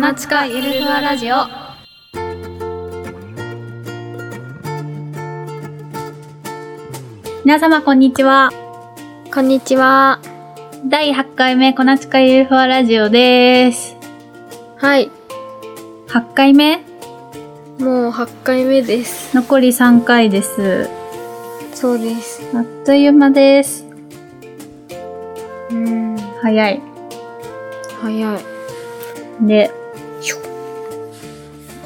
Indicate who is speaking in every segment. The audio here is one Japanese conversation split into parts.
Speaker 1: ナチカゆるふわラジオ
Speaker 2: 皆様こんにちは。
Speaker 1: こんにちは
Speaker 2: 第8回目、こなちかゆるふわラジオです。
Speaker 1: はい
Speaker 2: 8回目
Speaker 1: もう8回目です
Speaker 2: 残り3回です。
Speaker 1: そうです
Speaker 2: あっという間です。
Speaker 1: うん
Speaker 2: 早い。
Speaker 1: 早い
Speaker 2: で、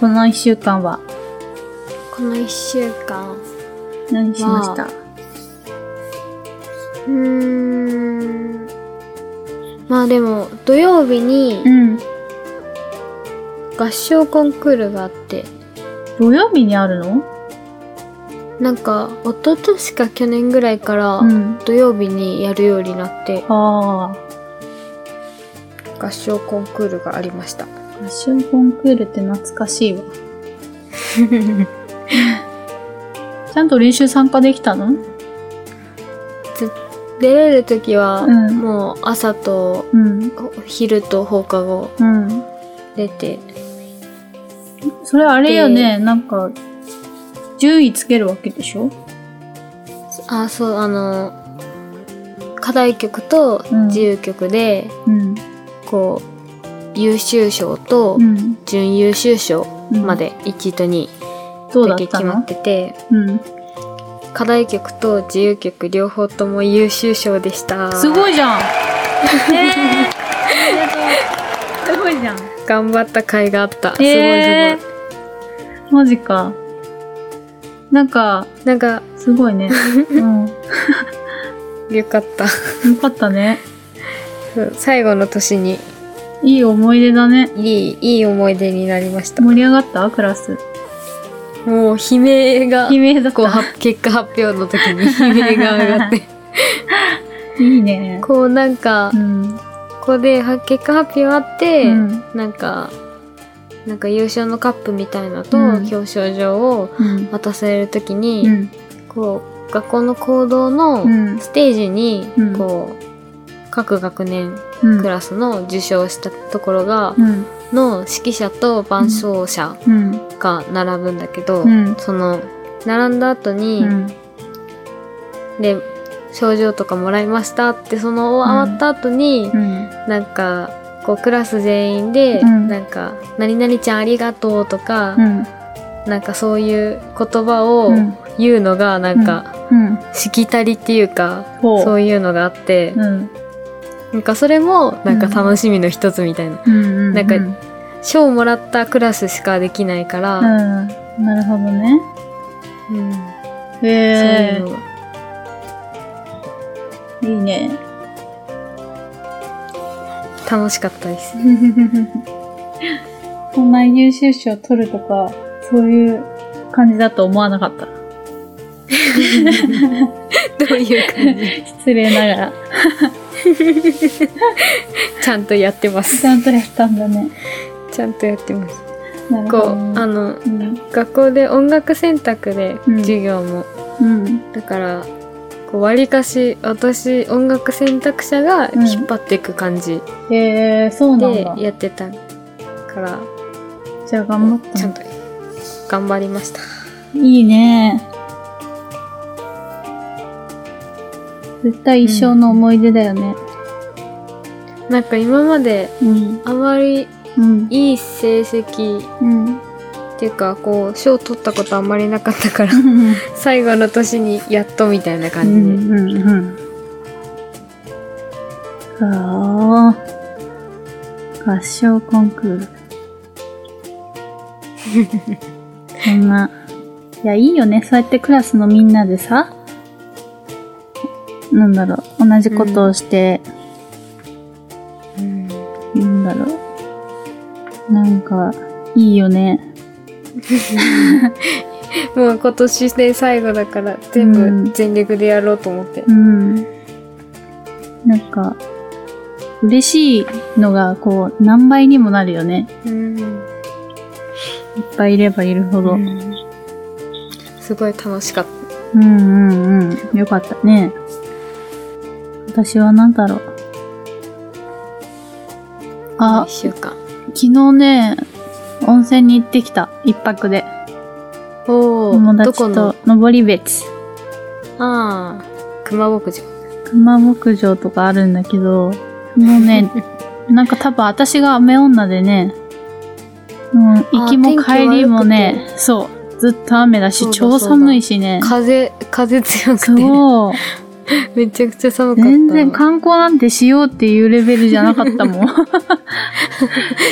Speaker 2: この1週間は
Speaker 1: この1週間
Speaker 2: 何しました、
Speaker 1: まうーんまあでも土曜日に
Speaker 2: うん。
Speaker 1: 合唱コンクールがあって
Speaker 2: 土曜日にあるの
Speaker 1: なんか一昨年か去年ぐらいから
Speaker 2: うん。
Speaker 1: 土曜日にやるようになって
Speaker 2: あ
Speaker 1: 合唱コンクールがありました
Speaker 2: あ、合唱コンクールって懐かしいわ。ちゃんと練習参加できたの
Speaker 1: 出れる時は
Speaker 2: うん
Speaker 1: もう朝と
Speaker 2: うん。
Speaker 1: 昼と放課後
Speaker 2: うん。
Speaker 1: 出て
Speaker 2: それあれよね、なんか、順位つけるわけでしょ
Speaker 1: あそうあの課題曲と
Speaker 2: うん
Speaker 1: 自由曲で、
Speaker 2: うん。
Speaker 1: こう優秀賞と
Speaker 2: うん。
Speaker 1: 準優秀賞まで1位と2
Speaker 2: どう
Speaker 1: 位
Speaker 2: だ
Speaker 1: だ
Speaker 2: っ
Speaker 1: け
Speaker 2: た
Speaker 1: 決まっ
Speaker 2: の
Speaker 1: てて、
Speaker 2: うん。
Speaker 1: 課題曲と自由曲両方とも優秀賞でした
Speaker 2: すご
Speaker 1: い
Speaker 2: いじゃんえー、 すごいじゃん
Speaker 1: 頑張った甲斐があった、
Speaker 2: えー
Speaker 1: すごいす
Speaker 2: マジか。なんか、
Speaker 1: ごいなんか
Speaker 2: すごい ね。うん。よ
Speaker 1: よかった
Speaker 2: かったね。
Speaker 1: そう最後の年に
Speaker 2: いい思い出だね。
Speaker 1: いいいい思い出になりました
Speaker 2: 盛り上がったクラス。
Speaker 1: もう悲鳴が
Speaker 2: 悲鳴だっ
Speaker 1: こう
Speaker 2: た。
Speaker 1: は 結果発表の時に悲鳴が上がって
Speaker 2: いいね。
Speaker 1: こうなんか、
Speaker 2: うん。
Speaker 1: ここでは結果発表あって、
Speaker 2: うん
Speaker 1: なんかなんか優勝のカップみたいのと、
Speaker 2: うん
Speaker 1: 表彰状を
Speaker 2: うん。
Speaker 1: 渡される時に、
Speaker 2: うん。
Speaker 1: こう学校の行動
Speaker 2: う
Speaker 1: の
Speaker 2: ん。
Speaker 1: ステージに、
Speaker 2: うん
Speaker 1: こう各学年
Speaker 2: うん。
Speaker 1: クラスの受賞したところが、
Speaker 2: うん。
Speaker 1: の指揮者と伴奏者
Speaker 2: うん。
Speaker 1: が並ぶんだけど、
Speaker 2: うん
Speaker 1: その並んだ後に、
Speaker 2: うん。
Speaker 1: で賞状とかもらいましたってその終わった後に、
Speaker 2: うん。
Speaker 1: なんかこうクラス全員で、
Speaker 2: うん
Speaker 1: なんか「何々ちゃんありがとう」とか、
Speaker 2: うん。
Speaker 1: なんかそういう言葉を
Speaker 2: うん
Speaker 1: 言うのがなんか、
Speaker 2: うん。
Speaker 1: しきたりっていうか、
Speaker 2: ほう
Speaker 1: そういうのがあって、
Speaker 2: うん。
Speaker 1: なんかそれもなんか楽しみの一つみたいな
Speaker 2: うん。
Speaker 1: なんか
Speaker 2: うん。
Speaker 1: 賞をもらったクラスしかできないから、
Speaker 2: うん。なるほどね。
Speaker 1: うん
Speaker 2: へ
Speaker 1: そうい
Speaker 2: え
Speaker 1: うのが
Speaker 2: いいね。
Speaker 1: 楽しかった です。
Speaker 2: こんな優秀賞取るとか、そういう感じだと思わなかった。
Speaker 1: どういう感じ
Speaker 2: 失礼ながら。
Speaker 1: ちゃんとやってます
Speaker 2: ち。ゃんとやったんだね。
Speaker 1: ちゃんとやってます。
Speaker 2: なる
Speaker 1: こ
Speaker 2: ほ
Speaker 1: う
Speaker 2: どね
Speaker 1: あの
Speaker 2: うん。
Speaker 1: 学校で音楽選択で
Speaker 2: うん
Speaker 1: 授業も、
Speaker 2: うん。
Speaker 1: だからこう割かし私音楽選択者が
Speaker 2: うん
Speaker 1: 引っ張っていく感じ
Speaker 2: えー、そうなん
Speaker 1: で
Speaker 2: だ。
Speaker 1: やってたから、
Speaker 2: じゃあ頑張っ
Speaker 1: ちゃ
Speaker 2: た
Speaker 1: ん
Speaker 2: ね。
Speaker 1: と頑張りました。
Speaker 2: いいね。絶対一生の思い出だよね。
Speaker 1: なんか今まで
Speaker 2: うん。
Speaker 1: あまり
Speaker 2: うん。
Speaker 1: いい成績
Speaker 2: うん。
Speaker 1: っていうかこう賞取ったことあんまりなかった から
Speaker 2: うん。
Speaker 1: 最後の年にやっとみたいな
Speaker 2: う
Speaker 1: 感じで、
Speaker 2: んうんうん。ああ。合唱コンクール。そんな。いや、いいよね。そうやってクラスのみんなでさ、なんだろう、同じことをして、
Speaker 1: うん
Speaker 2: なんだろう。なんか、いいよね。
Speaker 1: もう今年で最後だから全
Speaker 2: う
Speaker 1: 部
Speaker 2: ん
Speaker 1: 全力でやろうと思って
Speaker 2: う、ん。なんか、嬉しいのが、こう、何倍にもなるよね。
Speaker 1: うん
Speaker 2: いっぱいいればいるほど。
Speaker 1: うんすごい楽しかっ
Speaker 2: うんうんうん。よかったね。私は何だろう。
Speaker 1: た
Speaker 2: あ
Speaker 1: 一、週間
Speaker 2: 昨日ね、温泉に行ってきた。一泊で。
Speaker 1: お
Speaker 2: 友
Speaker 1: お、ど
Speaker 2: 達
Speaker 1: この
Speaker 2: と、登別。
Speaker 1: ああ、熊牧場。
Speaker 2: 熊牧場とかあるんだけど、もう ね、なんか多分私が雨女でね、もう行きも帰りも
Speaker 1: 天気悪
Speaker 2: ね、そう、ずっと雨だし、
Speaker 1: そうだ
Speaker 2: 超寒いしね。
Speaker 1: 風、風強くて、
Speaker 2: そう。
Speaker 1: めちゃくちゃ寒かった。
Speaker 2: 全然観光なんてしようっていうレベルじゃなか ったもん。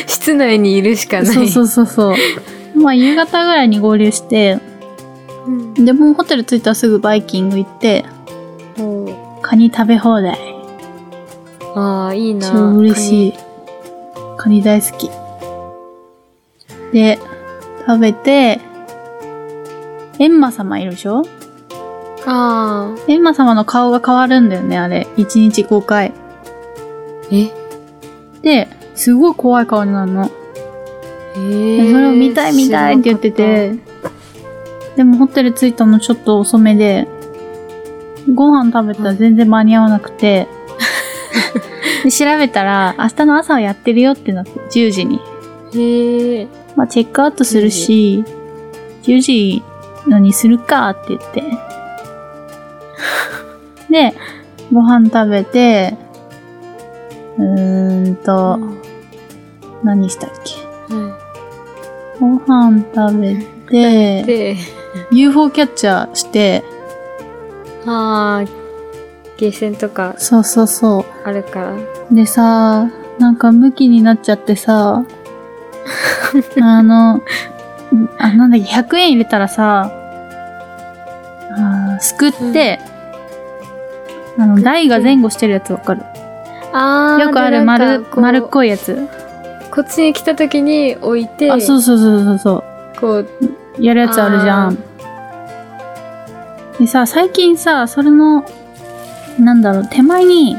Speaker 1: 室内にいるしかない。
Speaker 2: そうそうそうそう。まあ夕方ぐらいに合流して、
Speaker 1: うん
Speaker 2: でもうホテル着いたらすぐバイキング行って、
Speaker 1: おー
Speaker 2: カニ食べ放題。
Speaker 1: ああ、いいな。
Speaker 2: 超嬉しい。カニ大好き。で、食べて、エンマ様いるでしょ
Speaker 1: カニ。ああ、
Speaker 2: エンマ様の顔が変わるんだよね、あれ。1日5回。
Speaker 1: え、え
Speaker 2: で、すごい怖い顔になるの。
Speaker 1: ー
Speaker 2: それを見たい見たいって言って。て、でもホテル着いたのちょっと遅めで、ご飯食べたら全然間に合わなく て、で調べたら、明日の朝はやってるよってなって、10時に。
Speaker 1: 知らなかったへえ、
Speaker 2: まあ、チェックアウトするし、10時のにするかって言 って。で、ご飯食べて、うーんと、
Speaker 1: うん
Speaker 2: 何したっけ。
Speaker 1: は
Speaker 2: ご飯食べ
Speaker 1: い
Speaker 2: て、
Speaker 1: で、
Speaker 2: UFO キャッチャーして、
Speaker 1: ああ、ゲーセンとか
Speaker 2: そうそうそ
Speaker 1: あるから。
Speaker 2: う。でさ、なんか向きになっちゃって さ、あの、あ、なんだっけ、100円入れたらさ、あーすくって、あの、台が前後してるやつわかる。
Speaker 1: ああ、
Speaker 2: よくある
Speaker 1: でな
Speaker 2: 丸
Speaker 1: んか、こう
Speaker 2: 丸っこいやつ。
Speaker 1: こっちに来た時に置いて、
Speaker 2: あ、そうそうそうそうそう。
Speaker 1: こう、
Speaker 2: やるやつあるじゃ
Speaker 1: あ
Speaker 2: ん。でさ、最近さ、それの、なんだろう、手前に、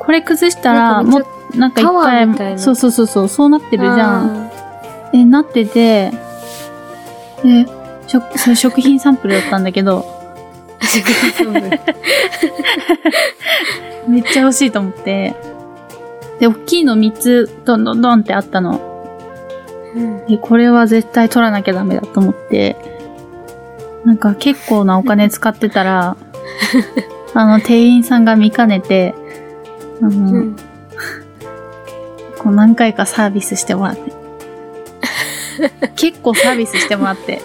Speaker 2: これ崩したら、
Speaker 1: なんかめ
Speaker 2: も
Speaker 1: っち
Speaker 2: う、なんか一
Speaker 1: タワーみたい
Speaker 2: 回、
Speaker 1: な
Speaker 2: そうそうそうそう、そうなってるじゃん。
Speaker 1: あ
Speaker 2: え、なってて、で、食、 それ食品サンプルだったんだけど、
Speaker 1: ー。 食品サンプル
Speaker 2: めっちゃ欲しいと思って、で、大きいの3つ、どんどんどんってあったの。
Speaker 1: うん
Speaker 2: で、これは絶対取らなきゃダメだと思って、なんか結構なお金使ってた ら、あの、店員さんが見かねて、あの、
Speaker 1: うん
Speaker 2: こう何回かサービスしてもら って。結構サービスしてもら って。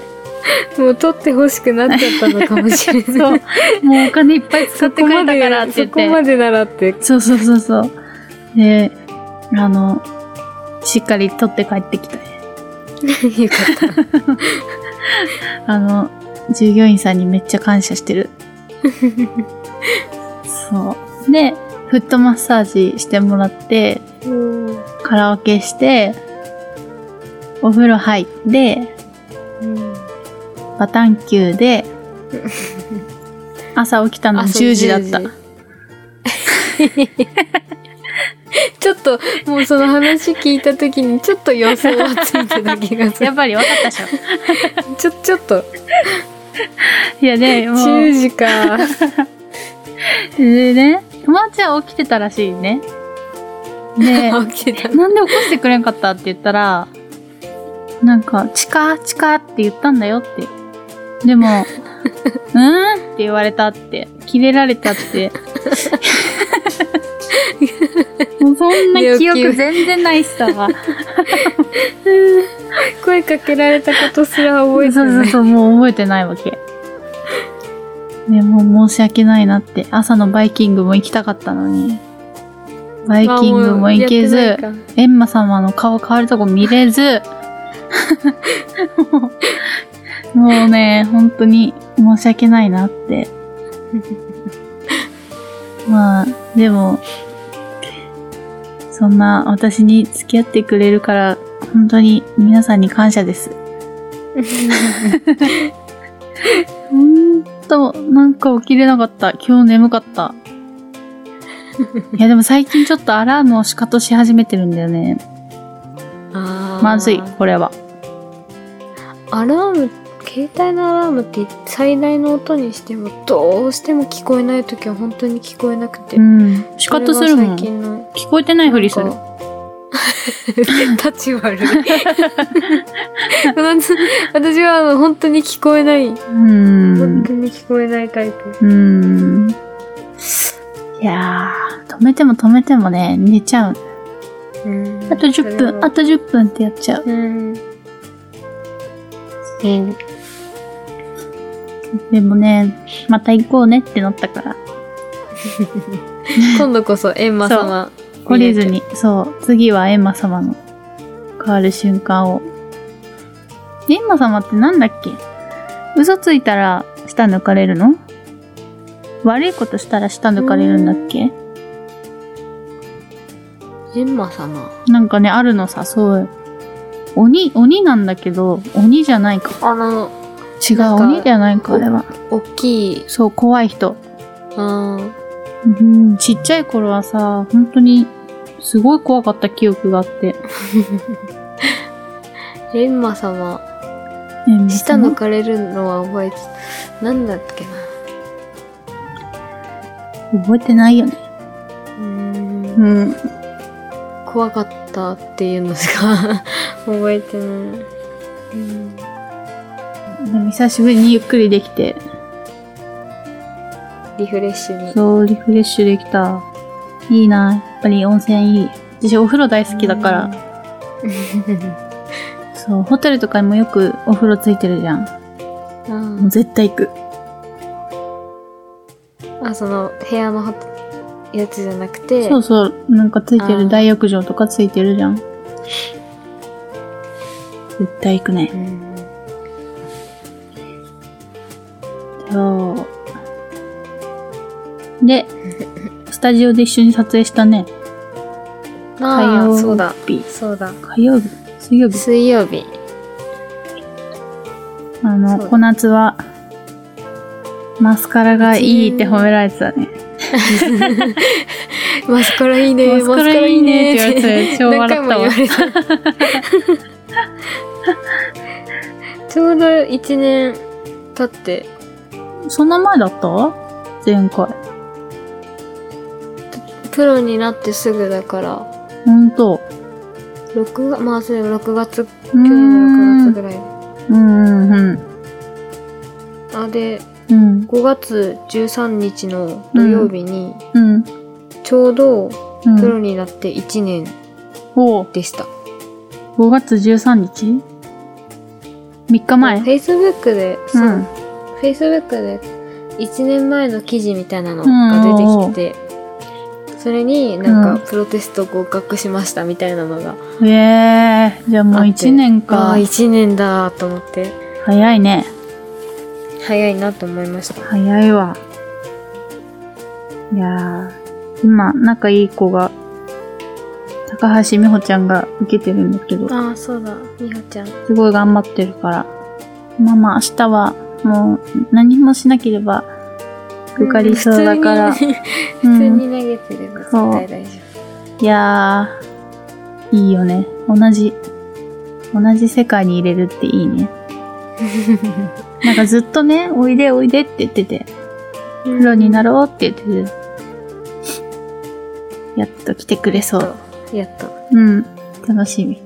Speaker 1: もう取って欲しくなっちゃったのかもしれ
Speaker 2: そ
Speaker 1: な
Speaker 2: う
Speaker 1: い。。
Speaker 2: もうお金いっぱい使ってくれたからって言
Speaker 1: そ
Speaker 2: っ
Speaker 1: こま
Speaker 2: て。
Speaker 1: でならって。
Speaker 2: そうそうそうそう。で、あの、しっかり取って帰ってきた。
Speaker 1: よかった。
Speaker 2: あの、従業員さんにめっちゃ感謝して る。そう。で、フットマッサージしてもらって、
Speaker 1: うん
Speaker 2: カラオケして、お風呂入って、バタンキュー で、朝起きたの
Speaker 1: 朝
Speaker 2: 10時だった。
Speaker 1: 10ちょっと、もうその話聞いた時に、ちょっと予想はついてた気がす
Speaker 2: や
Speaker 1: る
Speaker 2: っ。ぱり分かったでしょ。
Speaker 1: ちょ、ちょっと、
Speaker 2: いやね、もう
Speaker 1: 10。時か。
Speaker 2: でね、友達は起きてたらしいね。 で、
Speaker 1: 起きてた。
Speaker 2: なんで起こしてくれんかったって言ったら、なんか、チカチカって言ったんだよって。でも、 うーんって言われたって。キレられた って。もうそんな記憶全然ないしさ。
Speaker 1: 声かけられたことすら覚えて
Speaker 2: そうそ
Speaker 1: な
Speaker 2: う
Speaker 1: い。
Speaker 2: そう、もう覚えてないわけ。ね、もう申し訳ないなって。朝のバイキングも行きたかったのに。バイキングも行けず。
Speaker 1: あ。もうやってないか
Speaker 2: エンマ様の顔変わるとこ見れず、 もうもうね、本当に申し訳ないなって。 まあ、でも、そんな私に付き合ってくれるから、本当に皆さんに感謝です。ほんと、なんか起きれなかった。今日眠かった。いやでも最近ちょっとアラームを仕方し始めてるんだよね。
Speaker 1: あー
Speaker 2: まずい、これは。
Speaker 1: アラーム、携帯のアラームって最大の音にしても、どうしても聞こえない時は本当に聞こえなくて。
Speaker 2: うん。仕方するもん。
Speaker 1: そ
Speaker 2: 聞
Speaker 1: れが最近の。
Speaker 2: こえてないふりする
Speaker 1: な。んか 立ち悪い 私私はあの本当に聞こえない、
Speaker 2: うん
Speaker 1: 本。当に聞こえないタイプ
Speaker 2: うん。いやー、止めても止めてもね、寝ちゃう。
Speaker 1: うん
Speaker 2: あと10
Speaker 1: それ
Speaker 2: 分、
Speaker 1: は
Speaker 2: あと10分ってやっちゃう。
Speaker 1: うんうん
Speaker 2: でもね、また行こうねってなったから。
Speaker 1: 今度こそエンマ様
Speaker 2: 懲りずに、そう、次はエンマ様の変わる瞬間を。エンマ様ってなんだっけ嘘ついたら舌抜かれるの悪いことしたら舌抜かれるんだっけ
Speaker 1: エンマ様
Speaker 2: なんかね、あるのさ、そう。鬼、鬼なんだけど、鬼じゃないか。
Speaker 1: あの
Speaker 2: 違う、
Speaker 1: なんか
Speaker 2: 鬼じゃないか、あれは。
Speaker 1: 大きい
Speaker 2: そう、怖い人。
Speaker 1: うん
Speaker 2: うん、ちっちゃい頃はさ、本当に、すごい怖かった記憶があって。
Speaker 1: エンマ様舌抜かれるのは覚えてなんだっけな
Speaker 2: 覚えてないよね。
Speaker 1: うーん
Speaker 2: うん。
Speaker 1: 怖かったっていうのしか 覚えてない、うん、
Speaker 2: でも久しぶりにゆっくりできて、
Speaker 1: リフレッシュに
Speaker 2: そう、リフレッシュできた。いいな、やっぱり温泉いい。私お風呂大好きだから、そう、ホテルとかにもよくお風呂ついてるじゃん。
Speaker 1: うん、
Speaker 2: もう絶対行く。
Speaker 1: あその部屋のほやつじゃなくて
Speaker 2: そうそう、なんかついて
Speaker 1: あー
Speaker 2: る大浴場とかついてるじゃん。絶対行くね。
Speaker 1: うん
Speaker 2: そう。で、スタジオで一緒に撮影したね。火
Speaker 1: あ
Speaker 2: 曜
Speaker 1: あ
Speaker 2: 日。
Speaker 1: そうだそうだ
Speaker 2: 火曜日水曜日
Speaker 1: 水曜日
Speaker 2: あ
Speaker 1: そう
Speaker 2: の、
Speaker 1: だ
Speaker 2: 小夏は、マスカラがいいって褒められてたね。
Speaker 1: マスカラいいね
Speaker 2: マスカラいいねって言われて、超笑
Speaker 1: 何回も
Speaker 2: った
Speaker 1: 言わ
Speaker 2: わ。
Speaker 1: れた ちょうど1年経って
Speaker 2: そんな前だった前回。
Speaker 1: プロになってすぐだから
Speaker 2: ほんと。
Speaker 1: 6月まあそれ6月
Speaker 2: うー
Speaker 1: 去
Speaker 2: ん。
Speaker 1: 年の6月ぐらい
Speaker 2: うんうん
Speaker 1: あで
Speaker 2: うん。
Speaker 1: 5月13日の土曜日に、
Speaker 2: うん。
Speaker 1: ちょうど
Speaker 2: うん。
Speaker 1: プ
Speaker 2: う
Speaker 1: ロ
Speaker 2: ん。
Speaker 1: になって1年
Speaker 2: おう
Speaker 1: でした、
Speaker 2: 5月13日 ?3 日前
Speaker 1: フェイスブックでそうう、
Speaker 2: ん。
Speaker 1: フェイスブックで1年前の記事みたいなのが出てきて、それになん
Speaker 2: う
Speaker 1: かプロテスト合格しましたみたいなのが、
Speaker 2: えー。じゃあもう1年
Speaker 1: あ
Speaker 2: か
Speaker 1: あ。1年だと思って
Speaker 2: 早いね。
Speaker 1: 早いなと思いました
Speaker 2: 早いわ。いやー、今、仲いい子が、高橋美穂ちゃんが受けてるんだけど、
Speaker 1: ああそうだみほちゃん
Speaker 2: すごい頑張ってるから。まあまあ、明日は、もう、何もしなければ、受かりそうだから。
Speaker 1: 普通に
Speaker 2: う
Speaker 1: 普通
Speaker 2: ん、
Speaker 1: に投げてれば絶対大丈
Speaker 2: いやー、いいよね。同じ、同じ世界に入れるっていいね。なんかずっとね、おいでおいでって言ってて、
Speaker 1: 夫、
Speaker 2: プロにな
Speaker 1: る
Speaker 2: ろうって言ってて、やっと来てくれそう。
Speaker 1: やっと
Speaker 2: うん、楽しみ。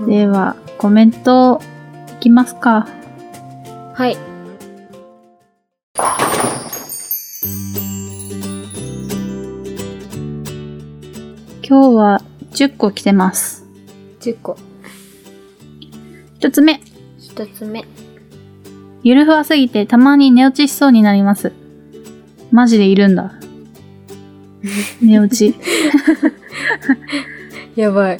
Speaker 1: うん
Speaker 2: では、コメント、いきますか。
Speaker 1: はい
Speaker 2: 今日は10個来てます。
Speaker 1: 10個
Speaker 2: 一つ目、
Speaker 1: 1つ目
Speaker 2: ゆるふわすぎてたまに寝落ちしそうになります。マジでいるんだ。寝落ち。
Speaker 1: やばい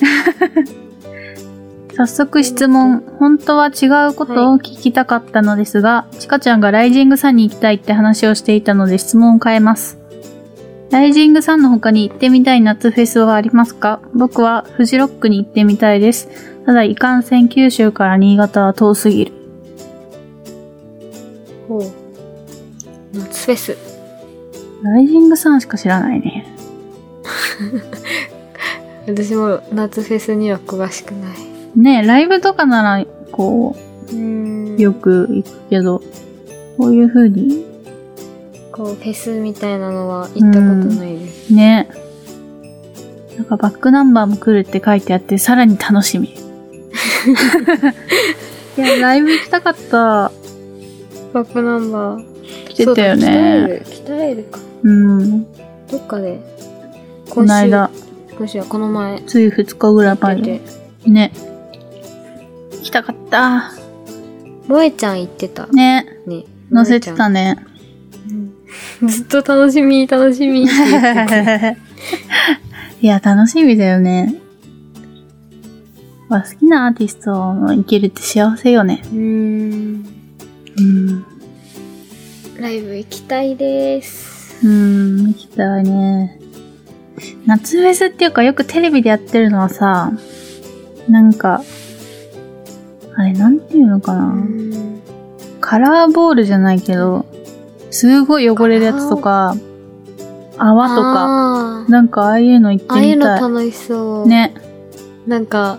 Speaker 2: 早速質問。本当は違うことを聞きたかったのですが、ちかちゃんがライジングサンに行きたいって話をしていたので質問を変えます。ライジングサンの他に行ってみたい夏フェスはありますか僕はフジロックに行ってみたいです。ただ、いかんせん九州から新潟は遠すぎる。
Speaker 1: ほう夏フェス
Speaker 2: ライジングサンしか知らないね。
Speaker 1: 私も夏フェスには詳しくない
Speaker 2: ねえライブとかなら、こ
Speaker 1: うん
Speaker 2: う、よく行くけど、こういう風に、
Speaker 1: こうフェスみたいなのは行ったことないです、
Speaker 2: ね、なんかバックナンバーも来るって書いてあって、さらに楽しみ。いや、ライブ行きたかった。
Speaker 1: バックナンバー。
Speaker 2: 来てたよね。
Speaker 1: そうだ鍛える、鍛えるか。
Speaker 2: うん。
Speaker 1: どっかで。
Speaker 2: この間、
Speaker 1: 今週はこの前、
Speaker 2: つい2日ぐらい前
Speaker 1: 出
Speaker 2: に。
Speaker 1: て。
Speaker 2: ね。行きたかった。
Speaker 1: 萌えちゃん行ってた。ね。
Speaker 2: ね。載せてたね。
Speaker 1: うんずっと楽しみ、楽しみって言って た
Speaker 2: いや、楽しみだよね。まあ好きなアーティストも行けるって幸せよね。
Speaker 1: うーん。
Speaker 2: うん。
Speaker 1: ライブ行きたいです。
Speaker 2: うん、行きたいね。夏フェスっていうかよくテレビでやってるのはさ、なんか、あれなんていうのか
Speaker 1: う
Speaker 2: な。
Speaker 1: ん。
Speaker 2: カラーボールじゃないけど、すごい汚れるやつとか、泡とか、
Speaker 1: あー
Speaker 2: なんかああいうの行って
Speaker 1: ああい
Speaker 2: み
Speaker 1: うの
Speaker 2: た
Speaker 1: 楽しそう。
Speaker 2: い。。ね。
Speaker 1: なんか、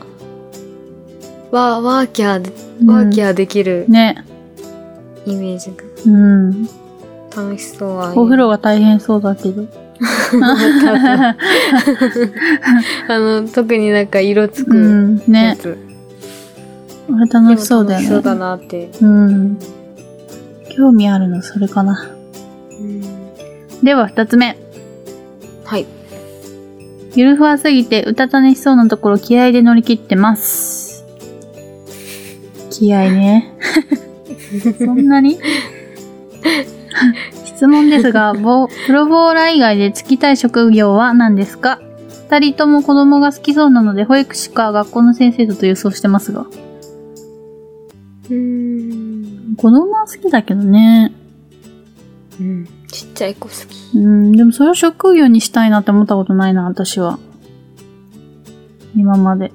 Speaker 1: ワー、ワーキャーで、
Speaker 2: うん
Speaker 1: ワーキャーできる
Speaker 2: ね。
Speaker 1: イメージが
Speaker 2: うん。
Speaker 1: 楽しそうは。
Speaker 2: お風呂は大変そうだけど。
Speaker 1: あの、特になんか色つ
Speaker 2: う
Speaker 1: く
Speaker 2: ん、
Speaker 1: や
Speaker 2: ね。
Speaker 1: つ。
Speaker 2: あれ楽しそうだ
Speaker 1: でも楽しそう
Speaker 2: よ
Speaker 1: だ
Speaker 2: ね。
Speaker 1: なって。
Speaker 2: うん。興味あるの、それかな。
Speaker 1: うん
Speaker 2: では、二つ目。
Speaker 1: はい。
Speaker 2: ゆるふわすぎて、うたた寝しそうなところ、気合で乗り切ってます。気合ね。 そんなに質問ですが、ボプロボーラー以外でつきたい職業は何ですか二人とも子供が好きそうなので、保育士か学校の先生だと予想してますが。
Speaker 1: うん。
Speaker 2: 子供は好きだけどね。
Speaker 1: ちっちゃい子好き。
Speaker 2: うん、でもそれを職業にしたいなって思ったことないな、私は。今まで。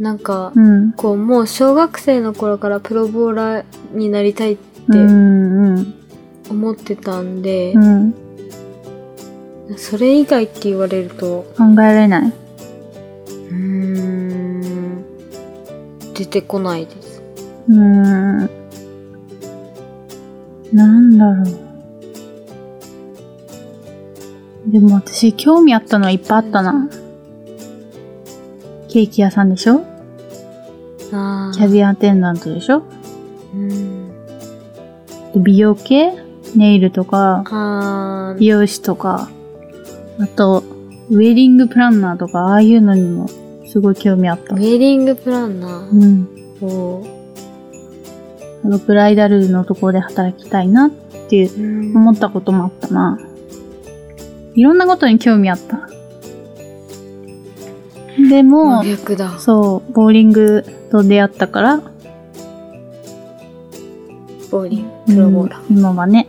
Speaker 1: なんか、
Speaker 2: うん。
Speaker 1: こう、もう小学生の頃からプロボーラーになりたいって
Speaker 2: うん、うん。
Speaker 1: 思ってたんで
Speaker 2: う、ん。
Speaker 1: それ以外って言われると、
Speaker 2: 考えられない。
Speaker 1: うん、出てこないです。
Speaker 2: うーん。なんだろう。でも私、興味あったのはいっぱいあったな。ケーキ屋さんでしょ
Speaker 1: あ
Speaker 2: キャビアアテンダントでしょ
Speaker 1: うん、
Speaker 2: で美容系ネイルとか、
Speaker 1: あー
Speaker 2: 美容師とか、あと、ウェディングプランナーとか、ああいうのにもすごい興味あった
Speaker 1: ウ。ェディングプランナ
Speaker 2: う
Speaker 1: ー
Speaker 2: ん。
Speaker 1: を、
Speaker 2: あの、ブライダルのところで働きたいなっていう
Speaker 1: うん
Speaker 2: 思ったこともあったな。いろんなことに興味あった。でも、
Speaker 1: 真逆だ。
Speaker 2: そう、ボーリングと出会ったから、
Speaker 1: ボーリング、プロボーラ
Speaker 2: うん今はね。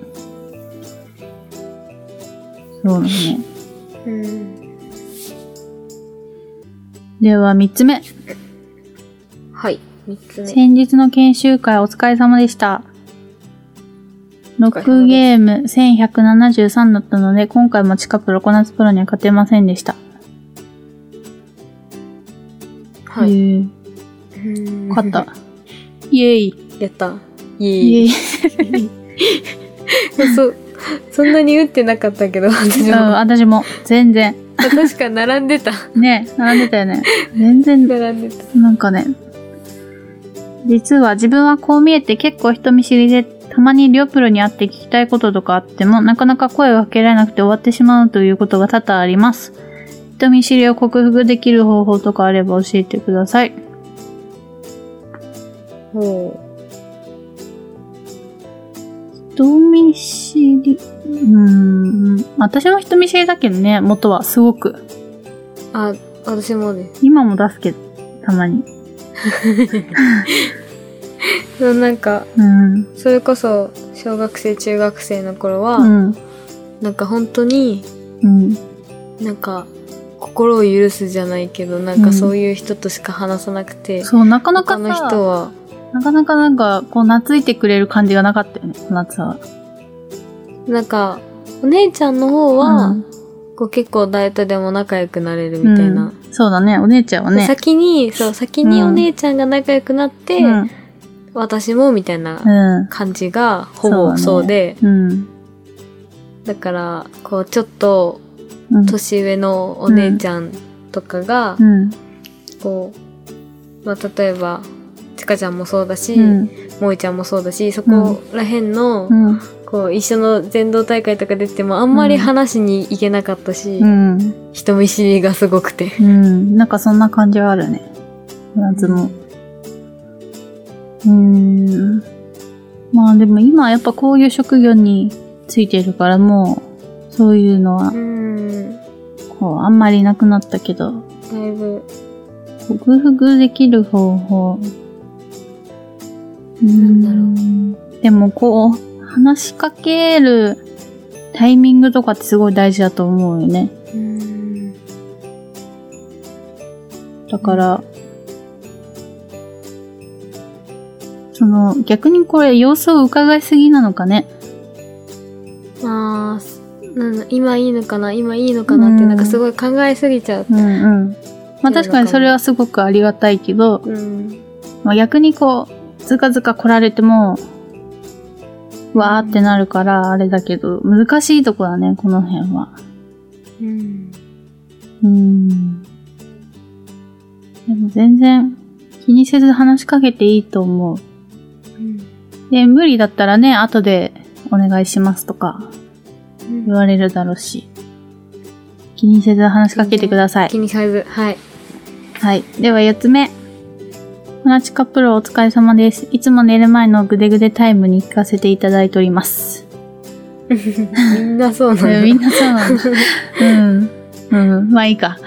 Speaker 2: そうだね。
Speaker 1: ー。うん、
Speaker 2: では、三つ目。
Speaker 1: はい、三つ目。
Speaker 2: 先日の研修会お疲れ様でした。ロックゲーム1173だったので、今回も近くロコナツプロには勝てませんでした。
Speaker 1: は
Speaker 2: え
Speaker 1: い。
Speaker 2: ー
Speaker 1: うん
Speaker 2: 勝 った。。イエイ。
Speaker 1: やった。いえいえ
Speaker 2: イエイ。
Speaker 1: そ、そんなに打ってなかった けど、私
Speaker 2: うん、
Speaker 1: も。
Speaker 2: 私も。全然。
Speaker 1: 確か並んでた。
Speaker 2: ね、並んでたよね。全然、
Speaker 1: 並んでた。
Speaker 2: なんかね。実は自分はこう見えて結構人見知りで、たまに両プロに会って聞きたいこととかあっても、なかなか声をかけられなくて終わってしまうということが多々あります。人見知りを克服できる方法とかあれば教えてください。
Speaker 1: ほ
Speaker 2: 人見知り、うーん、私も人見知りだけどね、元はすごく。
Speaker 1: う。あ、私もです。
Speaker 2: 今も出すけど、たまに。
Speaker 1: でもなんか、
Speaker 2: うん。
Speaker 1: それこそ、小学生、中学生の頃は、
Speaker 2: うん。
Speaker 1: なんか本当に、
Speaker 2: うん。
Speaker 1: なんか、心を許すじゃないけど、なん
Speaker 2: う
Speaker 1: か
Speaker 2: ん
Speaker 1: そういう人としか話さなくて、
Speaker 2: そう、なかなか
Speaker 1: 他
Speaker 2: さ、
Speaker 1: の人は、
Speaker 2: なかなかなんか、こう、懐いてくれる感じがなかったよね、この夏は。
Speaker 1: なんか、お姉ちゃんの方は、
Speaker 2: うん
Speaker 1: こう結構誰とでも仲良くなれるみたいな。
Speaker 2: うんそうだね、お姉ちゃんは
Speaker 1: で
Speaker 2: ね。
Speaker 1: 先に、そう、先にお姉ちゃんが仲良くなって、
Speaker 2: うん。
Speaker 1: 私もみたいな
Speaker 2: う
Speaker 1: 感じがほぼ
Speaker 2: そ
Speaker 1: そう
Speaker 2: だね
Speaker 1: うで、
Speaker 2: ん。うん。
Speaker 1: だから、こう、ちょっと、
Speaker 2: うん。
Speaker 1: 年上のお姉ちゃんとかが、
Speaker 2: うん。
Speaker 1: こう、まあ、例えばちかちゃんもそうだし、
Speaker 2: うん。
Speaker 1: もいちゃんもそうだしそこらへんの、
Speaker 2: うん。
Speaker 1: こう一緒の全道大会とか出てもあんまり話しに行けなかったし、
Speaker 2: うん。
Speaker 1: 人見知りがすごくて。
Speaker 2: うん。なんかそんな感じはあるね。夏も。うーん。まあでも今やっぱこういう職業についてるからもう、そういうのは
Speaker 1: う、んだ
Speaker 2: こう、あんまりなくなったけど、
Speaker 1: いぶ
Speaker 2: 克服できる方法。
Speaker 1: なん
Speaker 2: だろう。でもこう、話しかけるタイミングとかってすごい大事だと思うよね。
Speaker 1: うん
Speaker 2: だから、その、逆にこれ様子を伺いすぎなのかね。
Speaker 1: まあすなんだ今いいのかな今いいのかなって
Speaker 2: うん
Speaker 1: なんかすごい考えすぎちゃう。
Speaker 2: うんうん。まあ確かにそれはすごくありがたいけど、
Speaker 1: うん
Speaker 2: まあ、逆にこう、ずかずか来られても、わーってなるから、あれだけど、難しいとこだね、この辺は。
Speaker 1: うん
Speaker 2: うん。でも全然気にせず話しかけていいと思う。
Speaker 1: うん
Speaker 2: で、無理だったらね、後でお願いしますとか言われるだろうし。気にせず話しかけてください
Speaker 1: 気。にせずはい
Speaker 2: はい。では4つ目。マナチカプロお疲れ様です。いつも寝る前のグデグデタイムに聞かせていただいております。
Speaker 1: みんなそうなんだ。
Speaker 2: みんなそうなんだ。うん。うん。まあいいか。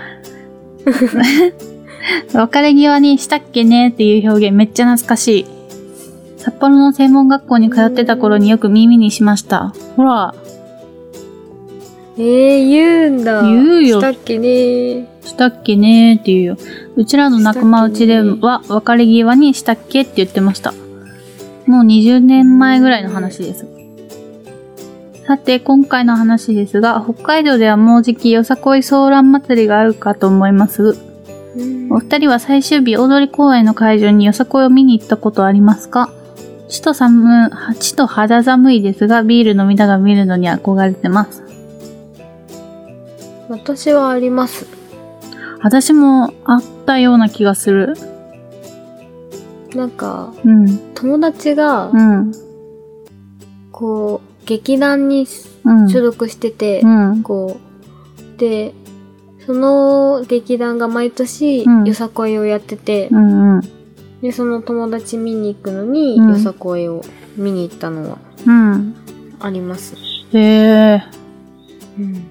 Speaker 2: 別れ際にしたっけねっていう表現めっちゃ懐かしい。札幌の専門学校に通ってた頃によく耳にしました。ほら、
Speaker 1: えー、言うんだ。
Speaker 2: 言うよ
Speaker 1: したっけね。
Speaker 2: したっけねっていうよ。うちらの仲間内では別れ際にしたっけって言ってました。もう20年前ぐらいの話です。さて、今回の話ですが、北海道ではもうじきよさこいソーラン祭りがあるかと思います。お二人は最終日、大通公園の会場によさこいを見に行ったことありますかちと寒い、はちと肌寒いですが、ビール飲みながら見るのに憧れてます。
Speaker 1: 私はあります。
Speaker 2: 私もあったような気がする。
Speaker 1: なんか、
Speaker 2: うん、
Speaker 1: 友達が
Speaker 2: う、ん、
Speaker 1: こう、劇団に
Speaker 2: うん。
Speaker 1: 所属してて
Speaker 2: う、ん。
Speaker 1: こう、で、その劇団が毎年
Speaker 2: うん、
Speaker 1: よさこいをやってて
Speaker 2: う、んうん。
Speaker 1: で、その友達見に行くのに、
Speaker 2: うん
Speaker 1: よさこいを見に行ったのは
Speaker 2: うん。
Speaker 1: あります。
Speaker 2: へえ。
Speaker 1: うん。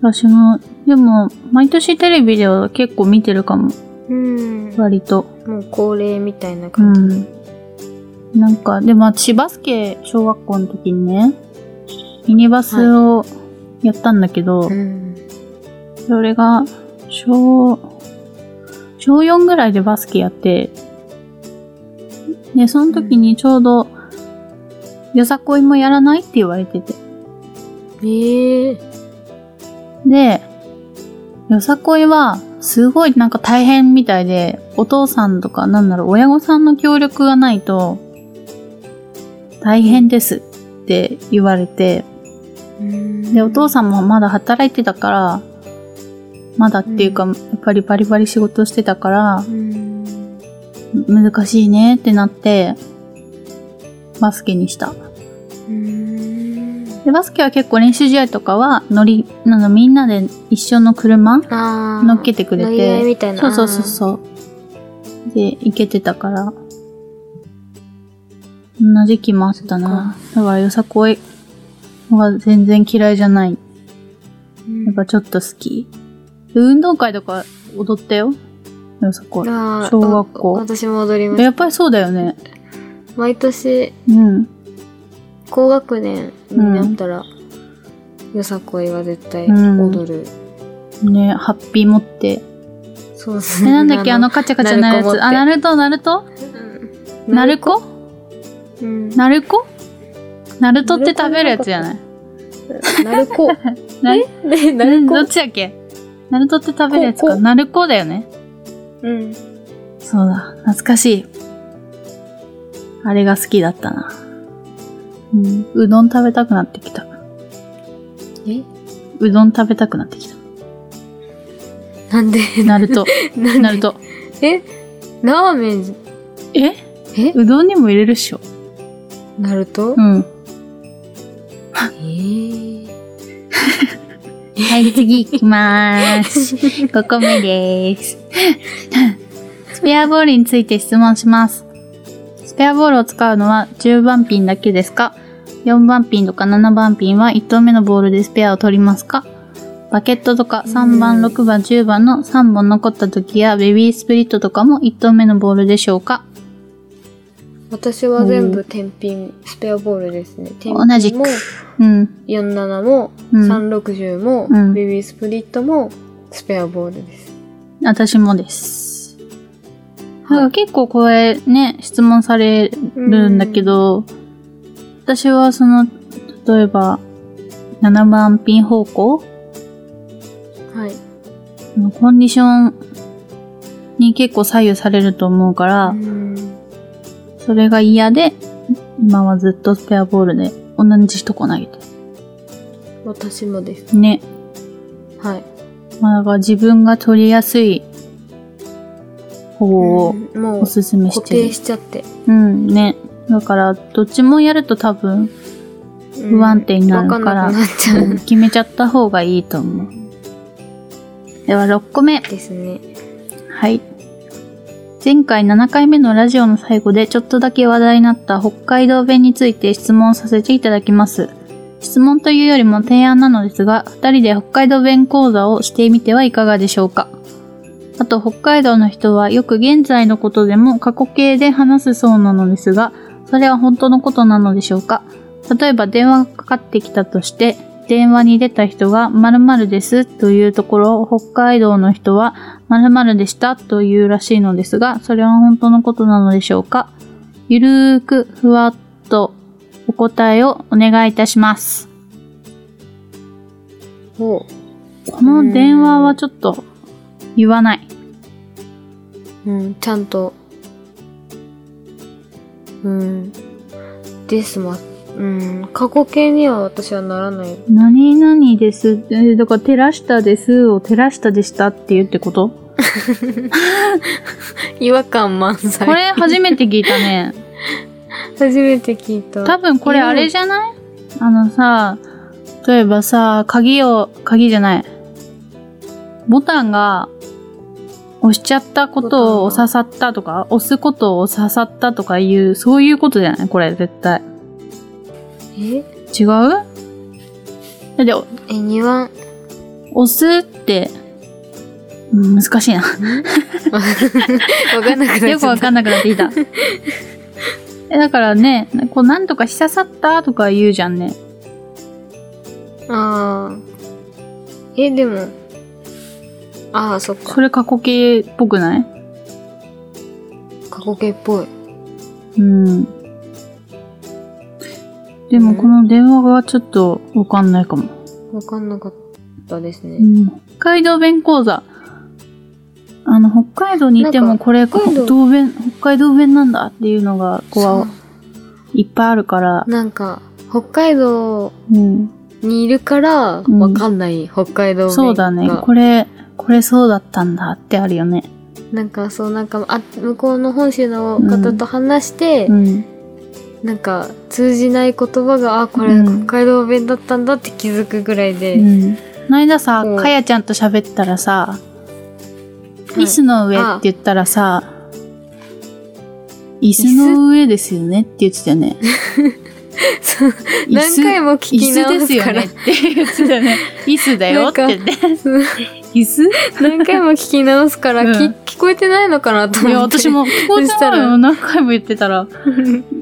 Speaker 2: 私も、でも、毎年テレビでは結構見てるかも。
Speaker 1: うん。
Speaker 2: 割と。
Speaker 1: もう恒例みたいな
Speaker 2: う
Speaker 1: 感じ。
Speaker 2: ん。なんか、でも私バスケ小学校の時にね、ミニバスをやったんだけど、
Speaker 1: うん。
Speaker 2: それが、小、小4ぐらいでバスケやって、で、その時にちょうど、よさこいもやらないって言われてて。
Speaker 1: ええ。
Speaker 2: で、よさこいは、すごいなんか大変みたいで、お父さんとか、なんだろう、親御さんの協力がないと、大変ですって言われて、で、お父
Speaker 1: さ
Speaker 2: さんもまだ働いてたから、まだっていうか、
Speaker 1: う
Speaker 2: やっぱりバリバリ仕事してたから、
Speaker 1: うん。
Speaker 2: 難しいねってなって、バスケにした。
Speaker 1: うん。
Speaker 2: で、バスケは結構練習試合とかは、乗り、なの、みんなで一緒の車
Speaker 1: あー
Speaker 2: 乗っけてくれて
Speaker 1: 乗り合いみたいな。
Speaker 2: そうそうそうそう。で、行けてたから。そんな時期もあったな。だから、よさこいは全然嫌いじゃない。
Speaker 1: うん。
Speaker 2: やっぱちょっと好き。運動会とか踊ったよ。よさこい。
Speaker 1: あー
Speaker 2: 小学校
Speaker 1: わ私も踊りま
Speaker 2: やっ
Speaker 1: す。
Speaker 2: ぱりそうだよね。
Speaker 1: 毎年、
Speaker 2: うん。
Speaker 1: 高学年になったら、よさこいは絶対踊る。
Speaker 2: ね、ハッピー持って。
Speaker 1: そうです
Speaker 2: え、
Speaker 1: ね。
Speaker 2: なんだっけ、あの、カチャカチャなるやつ。あ、ナ
Speaker 1: ナ
Speaker 2: ルト、ナルト
Speaker 1: うん
Speaker 2: ナルコ
Speaker 1: うん。
Speaker 2: ナルコナルトって食べるやつじゃない
Speaker 1: なるこ。
Speaker 2: な
Speaker 1: えね、なる
Speaker 2: ど
Speaker 1: こ
Speaker 2: っ。ちだっけナルトって食べるやつ
Speaker 1: こ
Speaker 2: か。
Speaker 1: こ
Speaker 2: ナルコだよね。
Speaker 1: うん。
Speaker 2: そうだ。懐かしい。あれが好きだったな。うん。うどん食べたくなってきた。
Speaker 1: え
Speaker 2: うどん食べたくなってきた。
Speaker 1: なんで
Speaker 2: ナルト。
Speaker 1: なんで
Speaker 2: ナルト。
Speaker 1: えラーメン
Speaker 2: え
Speaker 1: え
Speaker 2: うどんにも入れるっしょ。
Speaker 1: ナルト、
Speaker 2: うん。
Speaker 1: えー、
Speaker 2: はい、次行きまーす。5個目でーす。スペアボールについて質問します。スペアボールを使うのは10番ピンだけですか ?4 番ピンとか7番ピンは1投目のボールでスペアを取りますかバケットとか3番、
Speaker 1: うん
Speaker 2: 6番、10番の3本残った時やベビースプリットとかも1投目のボールでしょうか
Speaker 1: 私は全部天品スペアボールですね天
Speaker 2: 同じ
Speaker 1: 品
Speaker 2: く
Speaker 1: も
Speaker 2: うん。
Speaker 1: 47も、
Speaker 2: うん
Speaker 1: 360も、
Speaker 2: うん
Speaker 1: ベビースプリットもスペアボールです
Speaker 2: 私もです。
Speaker 1: はい
Speaker 2: なんか結構これね、質問されるんだけど、私はその、例えば、7番ピン方向
Speaker 1: はい
Speaker 2: のコンディションに結構左右されると思うから、
Speaker 1: うん
Speaker 2: それが嫌で、今はずっとスペアボールで同じとこ投げて
Speaker 1: 私もです
Speaker 2: る。ね。
Speaker 1: はい
Speaker 2: まあだから自分が取りやすい方を
Speaker 1: うんも
Speaker 2: お
Speaker 1: う
Speaker 2: すすめし
Speaker 1: 固
Speaker 2: て
Speaker 1: 定
Speaker 2: る。
Speaker 1: しちゃって
Speaker 2: うん、ね。だから、どっちもやると多 分、
Speaker 1: うん
Speaker 2: 不安定になるから
Speaker 1: わかんなくなっちゃう
Speaker 2: 決めちゃった方がいいと思う。では6個目。
Speaker 1: ですね
Speaker 2: はい。前回7回目のラジオの最後でちょっとだけ話題になった北海道弁について質問させていただきます。質問というよりも提案なのですが、2人で北海道弁講座をしてみてはいかがでしょうかあと北海道の人はよく現在のことでも過去形で話すそうなのですが、それは本当のことなのでしょうか例えば電話がかかってきたとして、電話に出た人が〇〇ですというところを北海道の人は〇〇でしたというらしいのですが、それは本当のことなのでしょうかゆるーくふわっとお答えをお願いいたします。
Speaker 1: おう
Speaker 2: この電話はちょっと言わない。
Speaker 1: うん、ちゃんと、うん、ですま、うん、過去形には私はならない。
Speaker 2: 何々です。えーだから、寺下ですを寺下でしたって言うってこと
Speaker 1: 違和感満載。
Speaker 2: これ初めて聞いたね。
Speaker 1: 初めて聞いた。
Speaker 2: 多分これあれじゃないあのさ、例えばさ、鍵を、鍵じゃない。ボタンが押しちゃったことを
Speaker 1: ボタン
Speaker 2: 刺さったとか、押すことを刺さったとかいう、そういうことじゃないこれ絶対。
Speaker 1: え
Speaker 2: 違うだって、お
Speaker 1: え、2番。
Speaker 2: 押すって、うん難しい な。
Speaker 1: わかんなくなっちゃった。
Speaker 2: よくわかんなくなってきた。え、だからね、こう、なんとかし刺さったとか言うじゃんね。
Speaker 1: ああ。え、でも、ああ、そっか。
Speaker 2: それ過去形っぽくない
Speaker 1: 過去形っぽい。
Speaker 2: うん。でもこの電話がちょっとわかんないかも。
Speaker 1: わかんなかったですね。
Speaker 2: うん北海道弁講座。あの、北海道にいて
Speaker 1: な
Speaker 2: も
Speaker 1: んか
Speaker 2: これ
Speaker 1: 北海
Speaker 2: 北
Speaker 1: 道
Speaker 2: 道弁、北海道弁なんだっていうのが、こ、
Speaker 1: そう
Speaker 2: いっぱいあるから
Speaker 1: う。。なんか、北海道
Speaker 2: うん。
Speaker 1: にいるから、
Speaker 2: ん
Speaker 1: わかんない、北海道弁が。
Speaker 2: そうだね。これ、これそうだったんだってあるよね。
Speaker 1: なんかそうなんかあ向こうの本州の方と話して、
Speaker 2: うん。
Speaker 1: なんか通じない言葉があこれ
Speaker 2: うん
Speaker 1: 北海道弁だったんだって気づくぐらいで、
Speaker 2: うん。この間さ
Speaker 1: う、ん
Speaker 2: かやちゃんと喋ったらさ、
Speaker 1: い
Speaker 2: 椅子の上って言ったらさ、椅子の上ですよねって言ってたよね。
Speaker 1: そう
Speaker 2: 椅
Speaker 1: 何
Speaker 2: 子
Speaker 1: 回も聞き
Speaker 2: 椅子
Speaker 1: 直
Speaker 2: です
Speaker 1: す
Speaker 2: よ
Speaker 1: から
Speaker 2: ねって言ってたよね。椅子だよって言って。椅子
Speaker 1: 何回も聞き直すから、
Speaker 2: うん
Speaker 1: き聞こえてないのかなと思っ
Speaker 2: い
Speaker 1: てい
Speaker 2: や、私も聞こえてないよ。何回も言ってたら。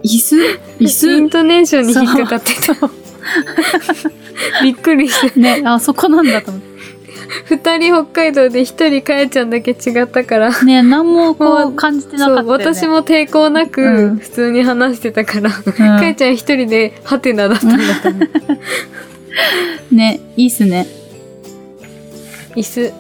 Speaker 2: 椅子椅
Speaker 1: イン
Speaker 2: 子
Speaker 1: トネーションに引っかかってた びっくりして
Speaker 2: ね、あそこなんだと思っ
Speaker 1: 2人北海道で1人かやちゃんだけ違ったから
Speaker 2: て。ね、何もこ
Speaker 1: も
Speaker 2: う
Speaker 1: う
Speaker 2: 感じてなかっ
Speaker 1: そう
Speaker 2: たよね。
Speaker 1: 私も抵抗な
Speaker 2: うん
Speaker 1: く普通に話してたから、
Speaker 2: うん
Speaker 1: かやちゃん一人でハテナだったんだと思う。
Speaker 2: ね、椅子ね。
Speaker 1: 椅子、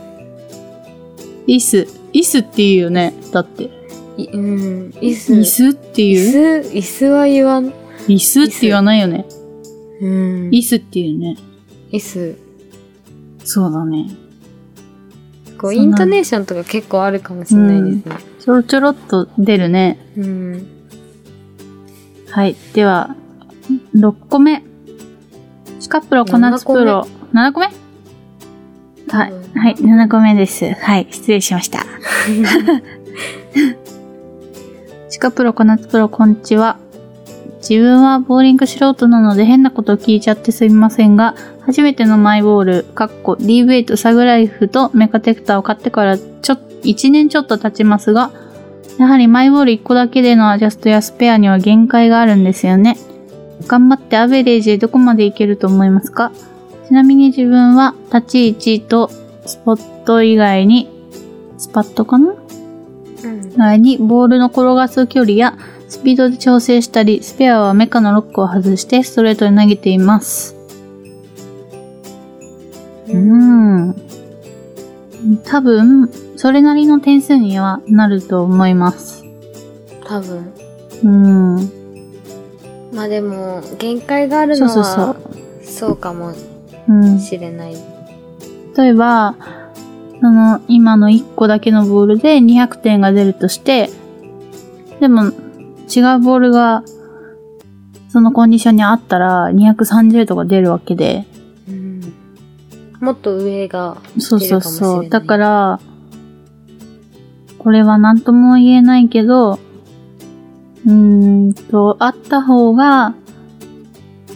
Speaker 2: 椅子。椅子って言うよね。だって。
Speaker 1: いうん、椅子。
Speaker 2: 椅子って
Speaker 1: 椅
Speaker 2: いう
Speaker 1: 子、椅子は言わん。
Speaker 2: 椅子って言わないよね。
Speaker 1: うん。
Speaker 2: 椅子っていうね。
Speaker 1: 椅子。
Speaker 2: そうだね。
Speaker 1: 構
Speaker 2: そう
Speaker 1: イ
Speaker 2: なん
Speaker 1: ントネーションとか結構あるかもしれないですね。
Speaker 2: ちょろちょろっと出るね。
Speaker 1: うん。
Speaker 2: はい。では、6個目。スカプロ、粉
Speaker 1: 7
Speaker 2: つプロ。7個目はい。はい、7個目です。はい、失礼しました。シカプロ、コナツプロ、こんにちは。自分はボーリング素人なので変なことを聞いちゃってすみませんが、初めてのマイボール、かっこ d v とサグライフとメカテクターを買ってからちょ、1年ちょっと経ちますが、やはりマイボール1個だけでのアジャストやスペアには限界があるんですよね。頑張ってアベレージでどこまでいけると思いますかちなみに自分は立ち位置とスポット以外に、スパットかな
Speaker 1: うん
Speaker 2: 前にボールの転がす距離やスピードで調整したり、スペアはメカのロックを外してストレートに投げています。うーん。多分、それなりの点数にはなると思います。
Speaker 1: 多分。
Speaker 2: うん。
Speaker 1: まあでも、限界がある
Speaker 2: そ
Speaker 1: の
Speaker 2: うそうそ
Speaker 1: は
Speaker 2: う。
Speaker 1: そうかも
Speaker 2: うん。
Speaker 1: しれない。
Speaker 2: 例えば、その、今の1個だけのボールで200点が出るとして、でも、違うボールが、そのコンディションにあったら230とか出るわけで、
Speaker 1: うんもっと上が、
Speaker 2: そうそうそう。だからら、これは何とも言えないけど、うーんと、あった方が、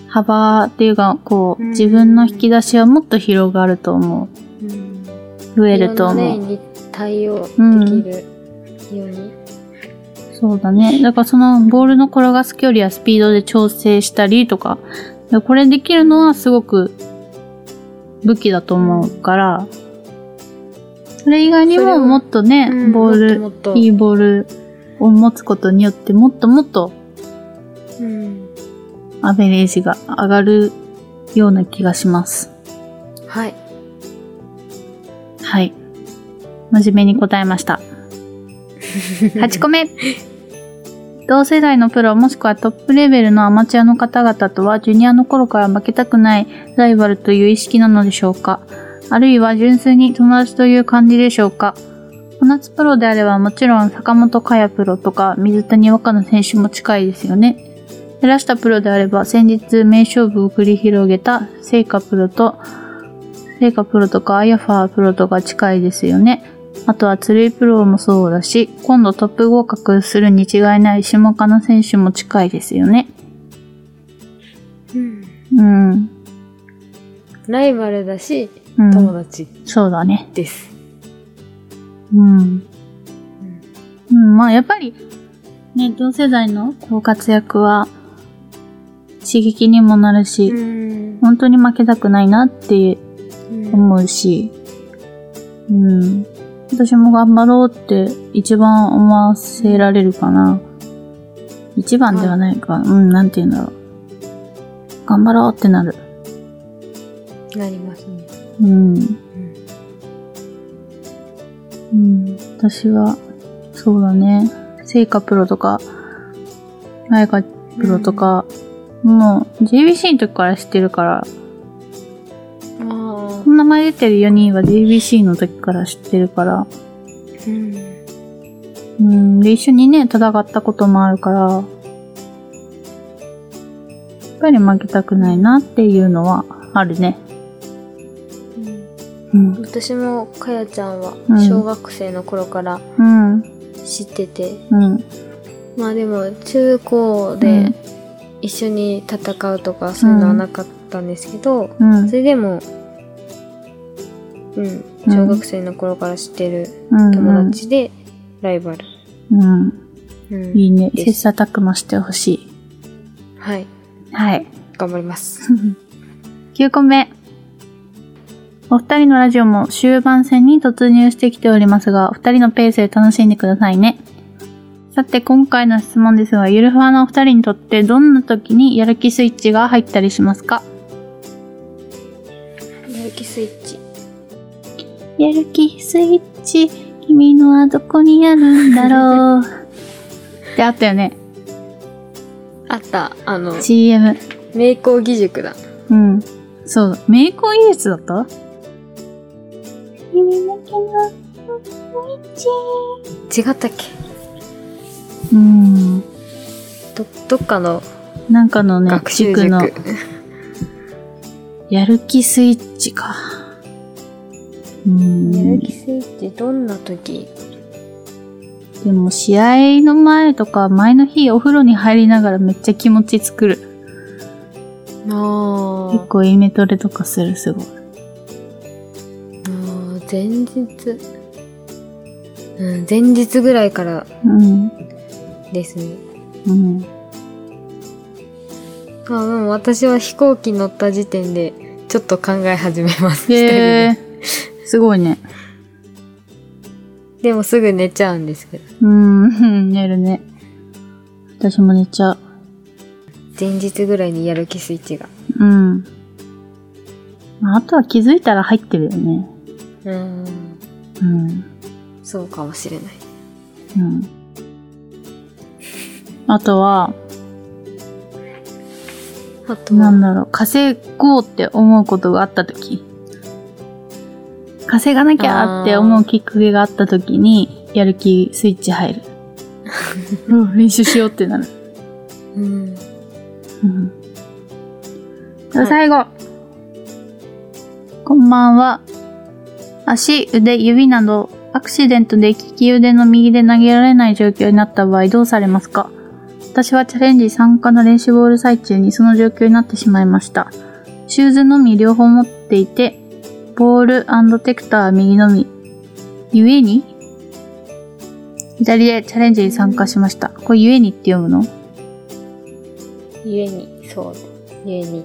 Speaker 2: 幅っていうか、こう、
Speaker 1: うん
Speaker 2: 自分の引き出しはもっと広がると思
Speaker 1: うん、
Speaker 2: う。増えると
Speaker 1: いろんなレ
Speaker 2: 思
Speaker 1: イ
Speaker 2: う。
Speaker 1: ンに対応できるように。
Speaker 2: そうだね。だからその、ボールの転がす距離やスピードで調整したりとか、これできるのはすごく武器だと思うから、それ以外に
Speaker 1: それ
Speaker 2: も
Speaker 1: を
Speaker 2: もっとね、
Speaker 1: うん
Speaker 2: ボール、
Speaker 1: もっともっと
Speaker 2: いいボールを持つことによってもっともっと
Speaker 1: うん、
Speaker 2: アベレージが上がるような気がします。
Speaker 1: はい。
Speaker 2: はい。真面目に答えました。8個目。同世代のプロもしくはトップレベルのアマチュアの方々とはジュニアの頃から負けたくないライバルという意識なのでしょうかあるいは純粋に友達という感じでしょうか小夏プロであればもちろん坂本佳也プロとか水谷若菜選手も近いですよね。寺下プロであれば先日名勝負を繰り広げた聖火プロと聖火プロとかアヤファープロとか近いですよね。あとは鶴井プロもそうだし、今度トップ合格するに違いない下加奈選手も近いですよね。
Speaker 1: うん
Speaker 2: うん。
Speaker 1: ライバルだし、
Speaker 2: うん、
Speaker 1: 友達
Speaker 2: そうだね。
Speaker 1: です。
Speaker 2: うん。
Speaker 1: うん
Speaker 2: うん、まあやっぱり、ね、同世代のこう活躍は刺激にもなるし、
Speaker 1: うん
Speaker 2: 本当に負けたくないなって
Speaker 1: うん
Speaker 2: 思うし、うん。私も頑張ろうって一番思わせられるかな。一番ではないか。うん、なんて言うんだろう。頑張ろうってなる。
Speaker 1: なりますね。
Speaker 2: うん。うん、私は、そうだね。聖火プロとか、あやかプ
Speaker 1: プ
Speaker 2: ロと、か、もう JBC の時から知ってるから、
Speaker 1: うんあ
Speaker 2: この名前出てる4人は JBC の時から知ってるから、
Speaker 1: ーうん
Speaker 2: うん、で、一緒にね、戦ったこともあるから、やっぱり負けたくないなっていうのはあるね。
Speaker 1: うん
Speaker 2: うん。
Speaker 1: 私もかやちゃんは
Speaker 2: うん
Speaker 1: 小学生の頃から
Speaker 2: うん。
Speaker 1: 知ってて、
Speaker 2: うん。
Speaker 1: まあでも中高で一緒に戦うとかそういうのはなかったんですけど、
Speaker 2: うん。
Speaker 1: それでもうん小学生の頃から知ってる
Speaker 2: うん。
Speaker 1: 友達でライバル、
Speaker 2: うん。
Speaker 1: うん
Speaker 2: いいね。
Speaker 1: です
Speaker 2: 切磋琢磨してほしい。
Speaker 1: はい
Speaker 2: はい。
Speaker 1: 頑張ります
Speaker 2: 9個目。お二人のラジオも終盤戦に突入してきておりますが、お二人のペースで楽しんでくださいね。さて、今回の質問ですが、ゆるふわのお二人にとってどんな時にやる気スイッチが入ったりしますか
Speaker 1: やる気スイッチ
Speaker 2: やる気スイッチ、君のはどこにあるんだろう。 で、あったよね。
Speaker 1: あったあの
Speaker 2: CM。
Speaker 1: 名工義塾だ
Speaker 2: うん。そう。名工技術だった
Speaker 3: 君だけの道
Speaker 1: 違ったっけ
Speaker 2: うん。
Speaker 1: どどっかの
Speaker 2: なんかのね、
Speaker 1: 学習
Speaker 2: 塾
Speaker 1: 塾
Speaker 2: のやる気スイッチか。うん。
Speaker 1: やる気スイッチどんな時
Speaker 2: でも試合の前とか前の日お風呂に入りながらめっちゃ気持ち作る。
Speaker 1: あ
Speaker 2: 結構イメトレとかするすごい。
Speaker 1: あもう前日うん前日ぐらいから
Speaker 2: うん。
Speaker 1: ですね
Speaker 2: うん。
Speaker 1: あでも私は飛行機乗った時点でちょっと考え始めます、
Speaker 2: へえ。
Speaker 1: 一
Speaker 2: すごいね。
Speaker 1: 人ででもすぐ寝ちゃうんですけど
Speaker 2: うん、寝るね。私も寝ちゃう。
Speaker 1: 前日ぐらいにやる気スイッチが
Speaker 2: うん。あとは気づいたら入ってるよね。
Speaker 1: うん
Speaker 2: うん。
Speaker 1: そうかもしれない
Speaker 2: うん。あとは、
Speaker 1: あと
Speaker 2: なん
Speaker 1: は
Speaker 2: だろう、稼ごうって思うことがあったとき、稼がなきゃって思うきっかけがあったときに、やる気スイッチ入る。うん練習しようってなる。
Speaker 1: うん
Speaker 2: うん
Speaker 1: はい
Speaker 2: 最後。こんばんは。足、腕、指など、アクシデントで利き腕の右で投げられない状況になった場合どうされますか私はチャレンジ参加の練習ボール最中にその状況になってしまいました。シューズのみ両方持っていて、ボールテクターは右のみ。ゆえに左でチャレンジに参加しました。これゆえにって読むの
Speaker 1: ゆえにそうゆえに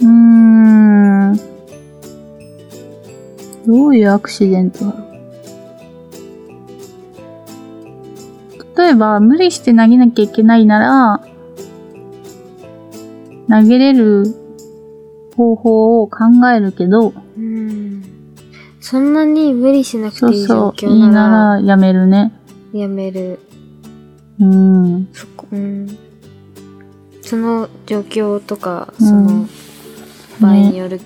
Speaker 2: うーん。どういうアクシデントだろう。例えば、無理して投げなきゃいけないなら、投げれる方法を考えるけど、
Speaker 1: うんそんなに無理しなく
Speaker 2: そう
Speaker 1: ていい状
Speaker 2: そう、い
Speaker 1: 況
Speaker 2: い
Speaker 1: な
Speaker 2: ならやめるね。
Speaker 1: らやめる
Speaker 2: うん。
Speaker 1: そこうんその状況とか
Speaker 2: うん
Speaker 1: その場合による、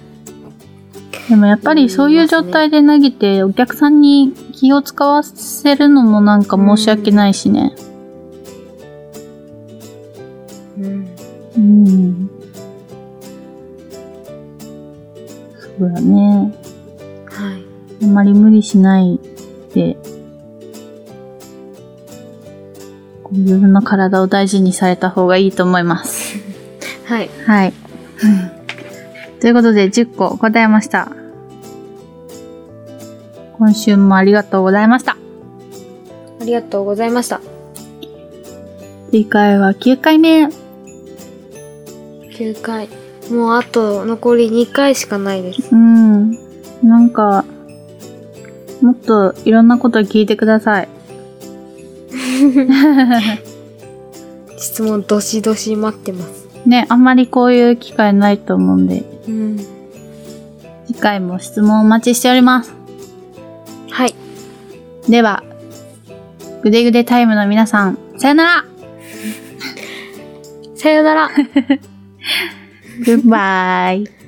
Speaker 2: でもやっぱりそういう状態で投げて、お客さんに気を使わせるのもなんか申し訳ないしね。
Speaker 1: うん
Speaker 2: うん。そうだね。
Speaker 1: はい
Speaker 2: あんまり無理しないで、こう自分の体を大事にされた方がいいと思います。
Speaker 1: はい
Speaker 2: はい。 ということで、10個答えました。今週もありがとうございました。
Speaker 1: ありがとうございました
Speaker 2: 次回は9回目。
Speaker 1: 9回もうあと残り2回しかないです
Speaker 2: うん。なんか、もっといろんなこと聞いてください。
Speaker 1: 質問どしどし待ってます
Speaker 2: ね、あんまりこういう機会ないと思うんで、
Speaker 1: うん
Speaker 2: 次回も質問お待ちしております。
Speaker 1: はい
Speaker 2: では、ぐでぐでタイムの皆さん、さよなら
Speaker 1: さよなら
Speaker 2: グッバイ